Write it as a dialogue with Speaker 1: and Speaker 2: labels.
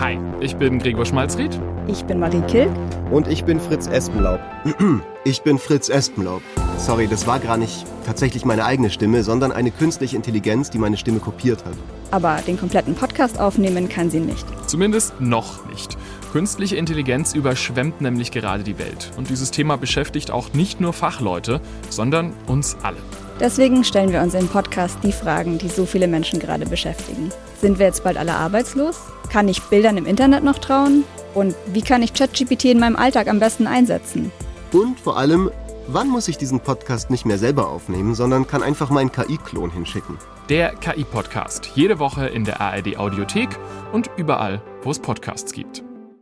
Speaker 1: Hi, ich bin Gregor Schmalzried.
Speaker 2: Ich bin Marie Kilk.
Speaker 3: Und ich bin Fritz Espenlaub. Ich bin Fritz Espenlaub. Sorry, das war gar nicht tatsächlich meine eigene Stimme, sondern eine künstliche Intelligenz, die meine Stimme kopiert hat.
Speaker 2: Aber den kompletten Podcast aufnehmen kann sie nicht.
Speaker 1: Zumindest noch nicht. Künstliche Intelligenz überschwemmt nämlich gerade die Welt. Und dieses Thema beschäftigt auch nicht nur Fachleute, sondern uns alle.
Speaker 2: Deswegen stellen wir uns im Podcast die Fragen, die so viele Menschen gerade beschäftigen. Sind wir jetzt bald alle arbeitslos? Kann ich Bildern im Internet noch trauen? Und wie kann ich ChatGPT in meinem Alltag am besten einsetzen?
Speaker 3: Und vor allem, wann muss ich diesen Podcast nicht mehr selber aufnehmen, sondern kann einfach meinen KI-Klon hinschicken?
Speaker 1: Der KI-Podcast. Jede Woche in der ARD-Audiothek und überall, wo es Podcasts gibt.